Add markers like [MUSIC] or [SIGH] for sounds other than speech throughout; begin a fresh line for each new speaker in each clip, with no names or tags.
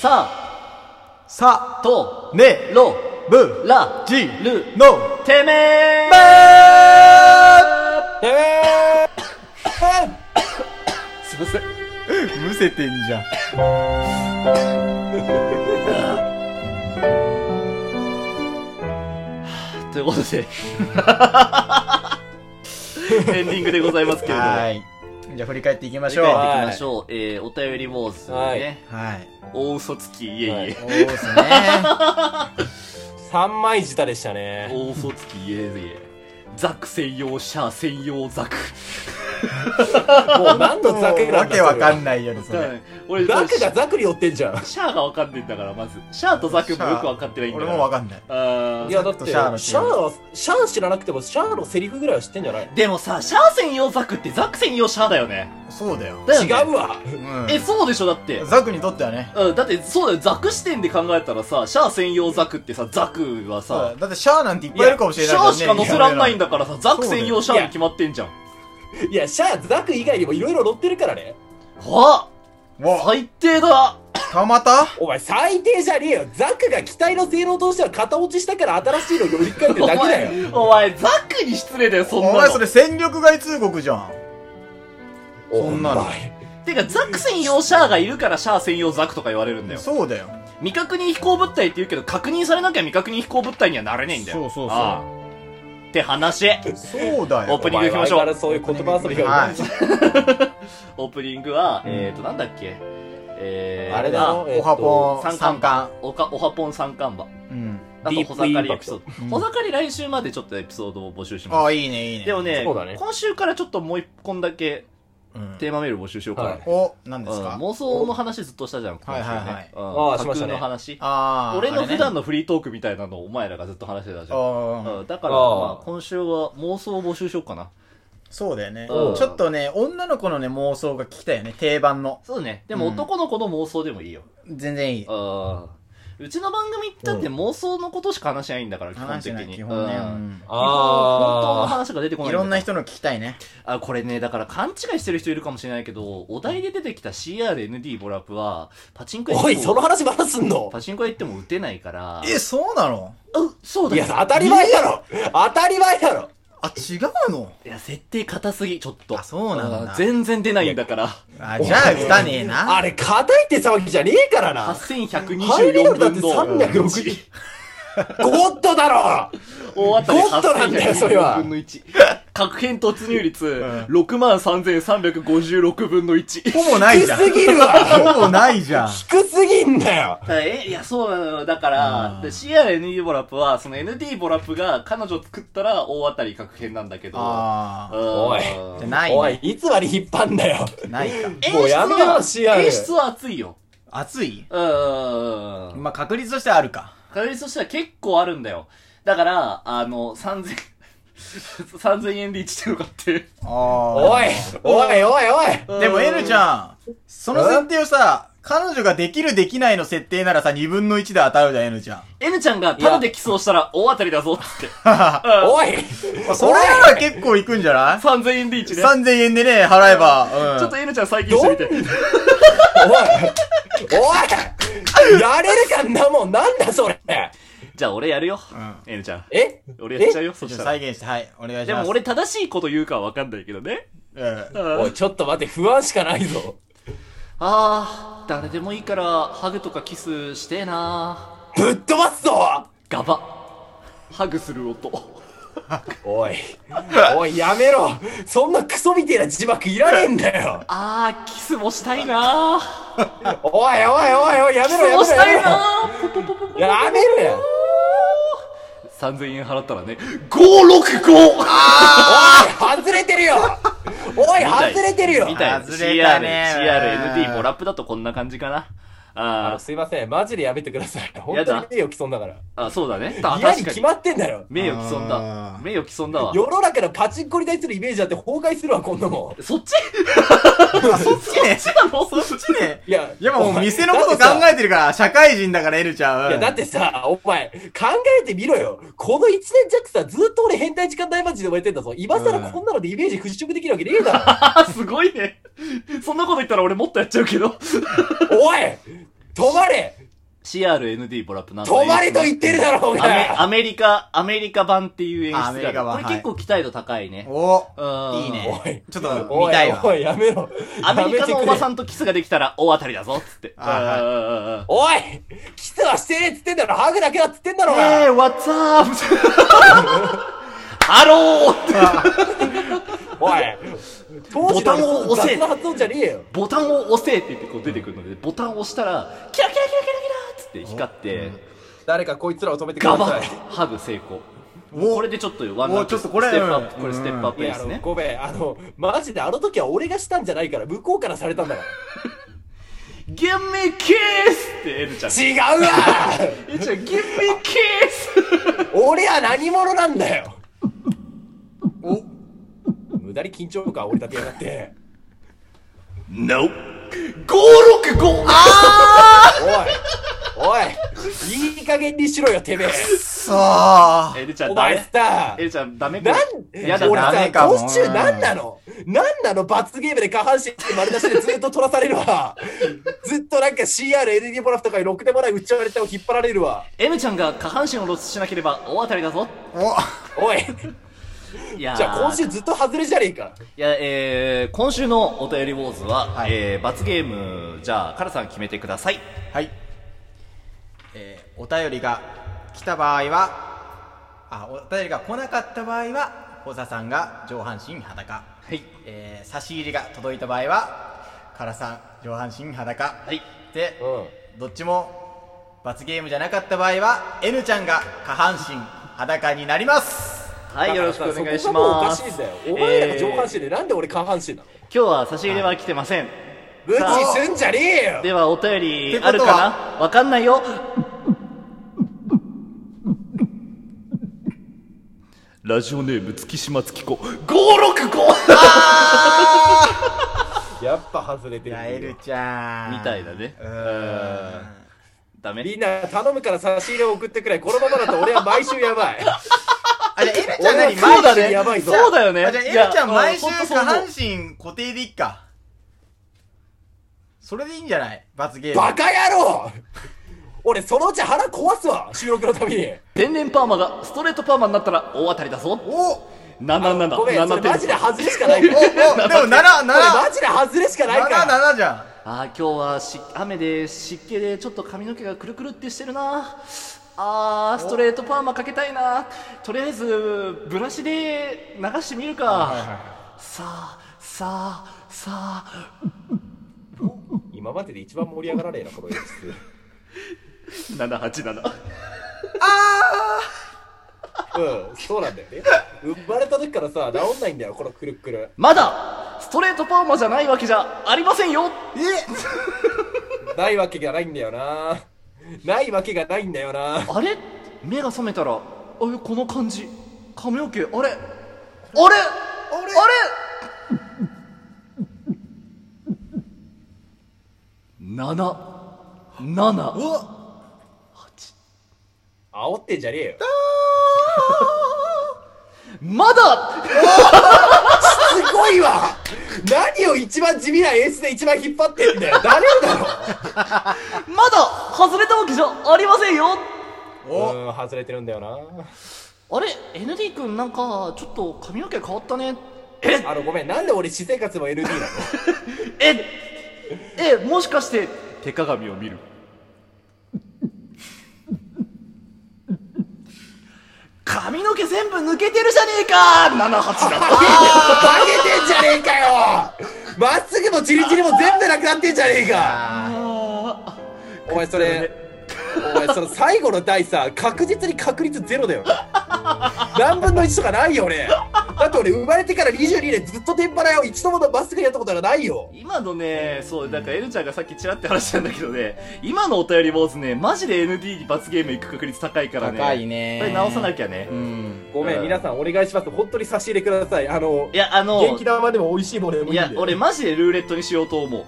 さ
さ、
と
ね、
ろ
ぶ、
ら
じ、
る
の、
てめえ
ば
てめえ
すいません
ーむせてんじゃん。
ということでエンディングでございますけれども
はい。じゃあ振り返っていきまし
振り
ょう。
返ってい
は
きましょう、えー、お便りモーズ
はい
ね、
い。
大嘘つきいえいえ、
はい
そうですね。
三枚舌でしたね。
大嘘つきいえいえザク専用シャア専用ザク
もう何のザクな
わ
んだ
けわかん
い。
ないよね、それ。
俺
ザク
シ
が
ャ
ザクに寄ってんじゃん。
シャアがわかんねえんだからまずシャアとザクもよくわかってないんだ
俺
から
もわかんない。
あー
いや、だって、
シ
シ
ャ
ャ
ア
ア
の
は、シャア知らなくても、シャアのセリフぐらいは知ってんじゃない
でもさシャア専用ザクってザク専用シャアだよね
そうだよ。
だよね
違うわ
うん
えそうでしょだって
ザクにとってはね。
うん、だってそうだよザク視点で考えたらさシャア専用ザクってさザクは
そうだ
さ
だってシャアなんていっぱいいるかもしれない
シャアしか載せらんないん
だ。
だからさザク専用シャアに決まってんじゃん
いや、シャア、ザク以外にもいろいろ乗ってるからね。
はあ
わ、
最低だ
たまた
お前、最低じゃねえよ。ザクが機体の性能としては型落ちしたから新しいのを呼び換えてるだけだよ。
お前お前ザクに失礼だよそんな
お
の
前それ戦力外通告じゃん。そんなの
お前
てかザク専用シャアがいるからシャア専用ザクとか言われるんだよ
そうだよ。
未確認飛行物体って言うけど確認されなきゃ未確認飛行物体にはなれねえんだよ
そうそうそう
ああって話
そうだ
オー
よ
プ。ニング行きましょう
お前は相変わらずそういう言葉遊びが
は
うまい
い。
オープニングは、えーとなんだっけえー、
あれだろ
おはぽん、
三
三
冠
冠。
おかおはぽん三冠馬
うん。
なんか、ほざかりエピソー
うん
ド。ほざかり来週までちょっとエピソードを募集し
あ
ま
あ、いいね、いいね。
す。でもね
そうだね
今週からちょっともう一本だけ
うん、
テーマメール募集しようかな。
はい
お、何
う
です
ん
か
妄想の話ずっとしたじゃん、今週ね。
はいはいはい
うん
ああしましたね
架空の話。
ああ。
俺の普
あれね
段のフリートークみたいなのをお前らがずっと話してたじゃん。
あ
う
あ
ん、だから、
ああ
まあ、今週は妄想を募集しようかな。
そうだよね。ち
うん
ょっとね、女の子のね、妄想が聞きたいよね。定番の。
そうね。でも
うん
男の子の妄想でもいいよ。
全然いい。
うん。うちの番組だって
う
妄想のことしか話しないんだから、基本
話し
的
ない、
に。
基本ね。
う
うんん
基本本当の
あ
話が出てこない
い
だ
ろ
から
んな人の聞きたいね。
あ、これね、だから勘違いしてる人いるかもしれないけど、お題で出てきた CRND ボラップは、パチンコ
ー。おい、その
も、
話まだすんの
パチンコ屋行っても打てないから、
え、そうなの
う、そう
い
だ
や、
よ。
当たり前だろ当たり前だろ
あ、違うの
いや、設定硬すぎ、ちょっと。
あそうなんだ
あ全然出ないんだから。
あ、じゃあ、打たねえな。
あれ、硬いって騒ぎじゃねえからな入れよ
8124
りだって
分の。
360。ゴッドだろ
大当たり
ゴッドなんだよそれは
8124分の1。核変突入率、
ん
63,356分の1。
ほぼない
低
じゃん。
すぎるわ
ほぼないじゃん。
低すぎんだよ
え、いや、そうなのよ。だから、で CRND ボラップは、その ND ボラップが彼女作ったら大当たり確変なんだけど。
ああ。
お
い
じゃあない
おい
ね。、
いつまで引っ張んだよ
ないか。
もうやめろ CR
演出は熱いよ。
暑い
うんうんうんうん。
まあ、確率としてはあるか。
カロリーとしては結構あるんだよ。だから、あの、3000、3000円で1点受かって。
あ
おいおいおいおい
あ。でも、N ち
ん。
ゃん、その設定をさ、彼女ができるできないの設定ならさ、2分の1で当たるじゃん、N ちゃん。
N ちゃんがタダでキスをしたら大当たりだぞっつって。
おい
まあそれなら結構いくんじゃない
3000円で1ね。
3000円でね、払えば。うん、
ちょっと N ちゃん最近してみて。
おいおいやれるかんなもんなんだそれ
じゃあ俺やるよ
ん。
N ちゃん。
え
俺やっちゃうよ、そ
じ
し
ゃあ
たら。
再現して、はい、お願いし
で
ます。
も、俺正しいこと言うかはわかんないけどね。
うん
う。ん
おい、ちょっと待って、不安しかないぞ。
あー、誰でもいいから、ハグとかキスしてえな
ぶっ飛ばすぞ
ガバ。ハグする音。
おい、おい、やめろそんなクソみてえな字幕いらねえんだよ
あー、キスもしたいな
おいおいおいおい、やめろやめ
そう
ろ
したい
や
な
めろやめろよ
3000円払ったらね、565!
おい、外れてるよおい、外れてるよ
みたいな。
外れた
CR、
ね
CRND もラップだとこんな感じかな。
あの、
あ
すいません、マジでやめてください。本当に名誉毀損だから。
ーあ、そうだね。あ
嫌に
確か
決
に。
まってんだよ
名誉毀損だ
あ。ー
名誉毀損だわ。
世の中のパチンコに対するイメージだって崩壊するわ、こんなもん。
そっち
[LAUGHS] あそっちね。
なのそっち
そっちね。
いや、
いや、も
お
う
前
店のこと考えてるから、社会人だから、エルちゃん。
いや、だってさ、お前、考えてみろよ。この1年弱さ、ずっと俺変態時間大マジで呼ばれてんだぞ。今更こんなのでイメージ払拭できるわけねえだ
あー、すごいね。そんなこと言ったら俺もっとやっちゃうけど。
ろ。おい止まれ
CRND ボラップなんだ
止まれと言ってるだろう
アメ
が
アメリカ、アメリカ版っていう演出があ
ア
る
メリカ版
これ結構期待度高いね。
お
うん
いいね
おい、
ちょっと
お
見
い
たいわ。
おい、やめろ。
アメリカのおばさ
ん。
んとキスができたら大当たりだぞ、つって。
[LAUGHS] はいはい
うんうんうん
おいキスはしてねえっつってんだろハグだけだっつってんだろうが、
えー、what's up? [LAUGHS] ハローって
おい当時
ボタンを
の
押せ
雑な発音じゃねえよ
ボタンを押せって言ってこう出てくるので、ボタンを押したら、キラキラキラキラキラっつって光って、
誰かこいつらを止めてく
ガ
だ
バ
さ
ッ
い
とハグ成功。
お
これでちょっとワンラン
おち
ク
ょっ
ス
とこれ
テップアップ、
うん
これステップアップ
い
で
やあ
す
の
ね。
ごめんあのマジであの時は俺がしたんじゃないから向こうからされたんだから
ギ i ミ e キスってエルちゃん。
違うわ
エルちゃん、ギ i ミ e キス
俺は何者なんだよ
お
無駄に緊張感俺だけやがって
!No! 565! [LAUGHS] あ
おいおいいい加減にしろよてめえ
さあ
ーエルちゃん、
お
ダ
前
メ。
さ
エルちゃん、ダメこれ
なん
やだ、
俺
ダ
ダ
メ
メ
さ、
かも
コスチューなんなのなんなの罰ゲームで下半身丸出しでずっと取らされるわ。ずっとなんか CRLD ボラフとかにろくでもない打ち割れたを引っ張られるわ。
M ちゃんが下半身を露出しなければ大当たりだぞ。
お
おい、
いやー
じゃあ今週ずっと外れじゃねえか。
いや、えー、今週のお便りウォーズは、
はい
えー、罰ゲーム、じゃあ、カラさん決めてください。
はい。えーお便りが来た場合は、あ、お便りが来なかった場合は、保座さんが上半身裸。
はい。
えー差し入れが届いた場合は、カラさん上半身裸。
はい。
で、
う
どっちも罰ゲームじゃなかった場合は、N ちゃんが下半身裸になります。
はい、よろしくお願いし
だから
ま
さ
す。
そこがもうおかしいんだよ。お前らが上半身
えー
で、なんで俺下半身なの
今日は差し入れは来てません。
無知すんじゃねえよ
では、お便り
って
あ
ことは
るかなわかんないよ。ラジオネーム月島月子
[LAUGHS]
565!
やっぱ外れて
いや、N
る。
ちゃん。
みたいだね
うーん。
ダメ
みんな頼むから差し入れを送ってくれ。このままだと俺は毎週や
[LAUGHS]
ばい。
あ、じゃあ N ちゃん何
[LAUGHS] 俺は
そうだね
毎週やばいぞ
そうだよね
あじゃあ N ちゃん毎週
いやほとそう思
下
う
半身固定でいっか。それでいいんじゃない罰ゲーム。
バカ野郎俺そのうち腹壊すわ収録のたびに
天然パーマがストレートパーマになったら大当たりだぞ
おおお
77
ごめんそれ
点
マジで外れしかないから
で
こ
も7、
[LAUGHS] れ
7
マジで外れしかない
7、
から
7じゃん。
あー今日はし雨で湿気でちょっと髪の毛がくるくるってしてるなあーストレートパーマかけたいなとりあえずブラシで流してみるか、さあさあさあ
今までで一番盛り上がらねえなこの演出
787
うんそうなんだよね生まれた時からさ治んないんだよこのくるっくる
まだストレートパーマじゃないわけじゃありませんよ
ないわけがないんだよなないわけがないんだよな
あれ目が覚めたらあれこの感じ髪の毛あれあれあれ七七
えお
煽ってんじゃねえよ
まだ
すごいわ何を一番地味な演出で一番引っ張ってんだよ誰だろ
まだ外れたわけじゃありませんよ
お
[LAUGHS] うん外れてるんだよな
あれ ND 君なんかちょっと髪の毛変わったねえ
あのごめんなんで俺私生活も LD なの
ええもしかして手鏡を見る髪の毛全部抜けてるじゃねえか78だ
バげてんじゃねえかよまっすぐもチリチリも全部なくなってんじゃねえかお前それ、お前その最後の台さ、確実に確率ゼロだよな。何分の1とかないよ俺。だって俺生まれてから22年ずっと天パラよ。一度もまっすぐにやったことがないよ。
今のね、そう、なんかエルちゃんがさっきチラって話したんだけどね、今のお便り坊主ね、マジで ND に罰ゲーム行く確率高いからね。
高いね
これ直さなきゃね。
うん。
ごめ
うん
ん、皆さんお願いします。本当に差し入れください。あの
い、や、あの、
元気玉でも美味しいものでもいいん
い
で
や、俺マジでルーレットにしようと思う。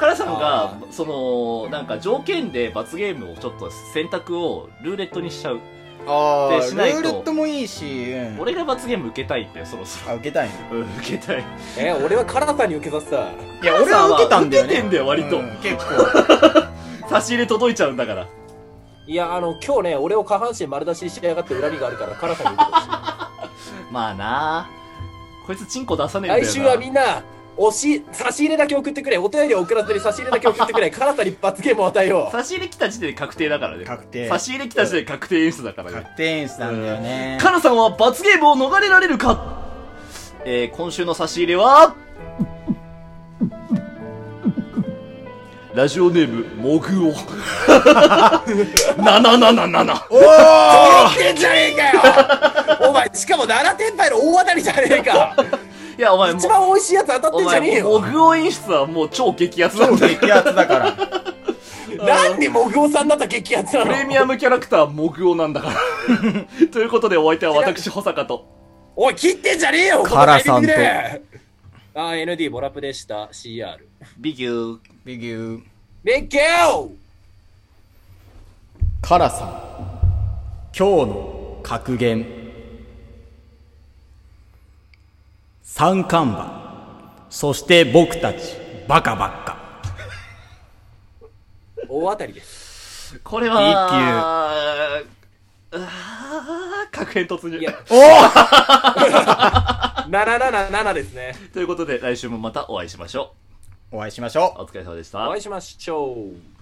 カラさんが
あ、
その、なんか条件で罰ゲームをちょっと選択をルーレットにしちゃう。
あ
でし
ー、ル
ないと
ーレットもいいし、うん。
俺が罰ゲーム受けたいって、そろそろ。
あ、受けたいね。
うん、受けたい。
え、俺はカラさんに受けさせた。
いや、俺は受けたんだよね。
受けてんだよ割と
うん結構。
差し入れ届いちゃうんだから。
いや、あの、今日ね、俺を下半身丸出しにしやがって恨みがあるから、カラカに言うことで
まあなこいつチンコ出さねえんだよ
す。来
な。
週はみんな、おし、差し入れだけ送ってくれ。お便りを送らずに差し入れだけ送ってくれ。カラカに罰ゲームを与えよう。
差し入れ来た時点で確定だからね。
確定
差し入れ来た時点で確定演出だからね。
確定演出なんだよね。
カナさんは罰ゲームを逃れられるかえー、今週の差し入れは、ラジオネーム、モグオ。777!
おー
やってんじゃねえかよお前、しかも7点台の大当たりじゃねえか
いや、お前もう
一、番美味しいやつ当たっ
お
てんじゃねえ
前、モ
よ
グオ演出はもう超激アツなんだよ。
激アツだから。
なんでモグオさんだった激アツな
プレ
の
ミアムキャラクター、モグオなんだから。ということで、お相手は私、保坂と。
おい、切ってんじゃねえよ
カラさんと
このタイミングであー、ND ボラプでした。CR。
ビギュー。
ビギュー。
レッケー
カラさん。今日の格言。三冠馬。そして僕たち、バカばっか。
大当たりです。
これは、うわー確変突入。
いや777ですね。
ということで、来週もまたお会いしましょ
お会いしましょう
う。お。疲れ様でした。
お会いしましょう。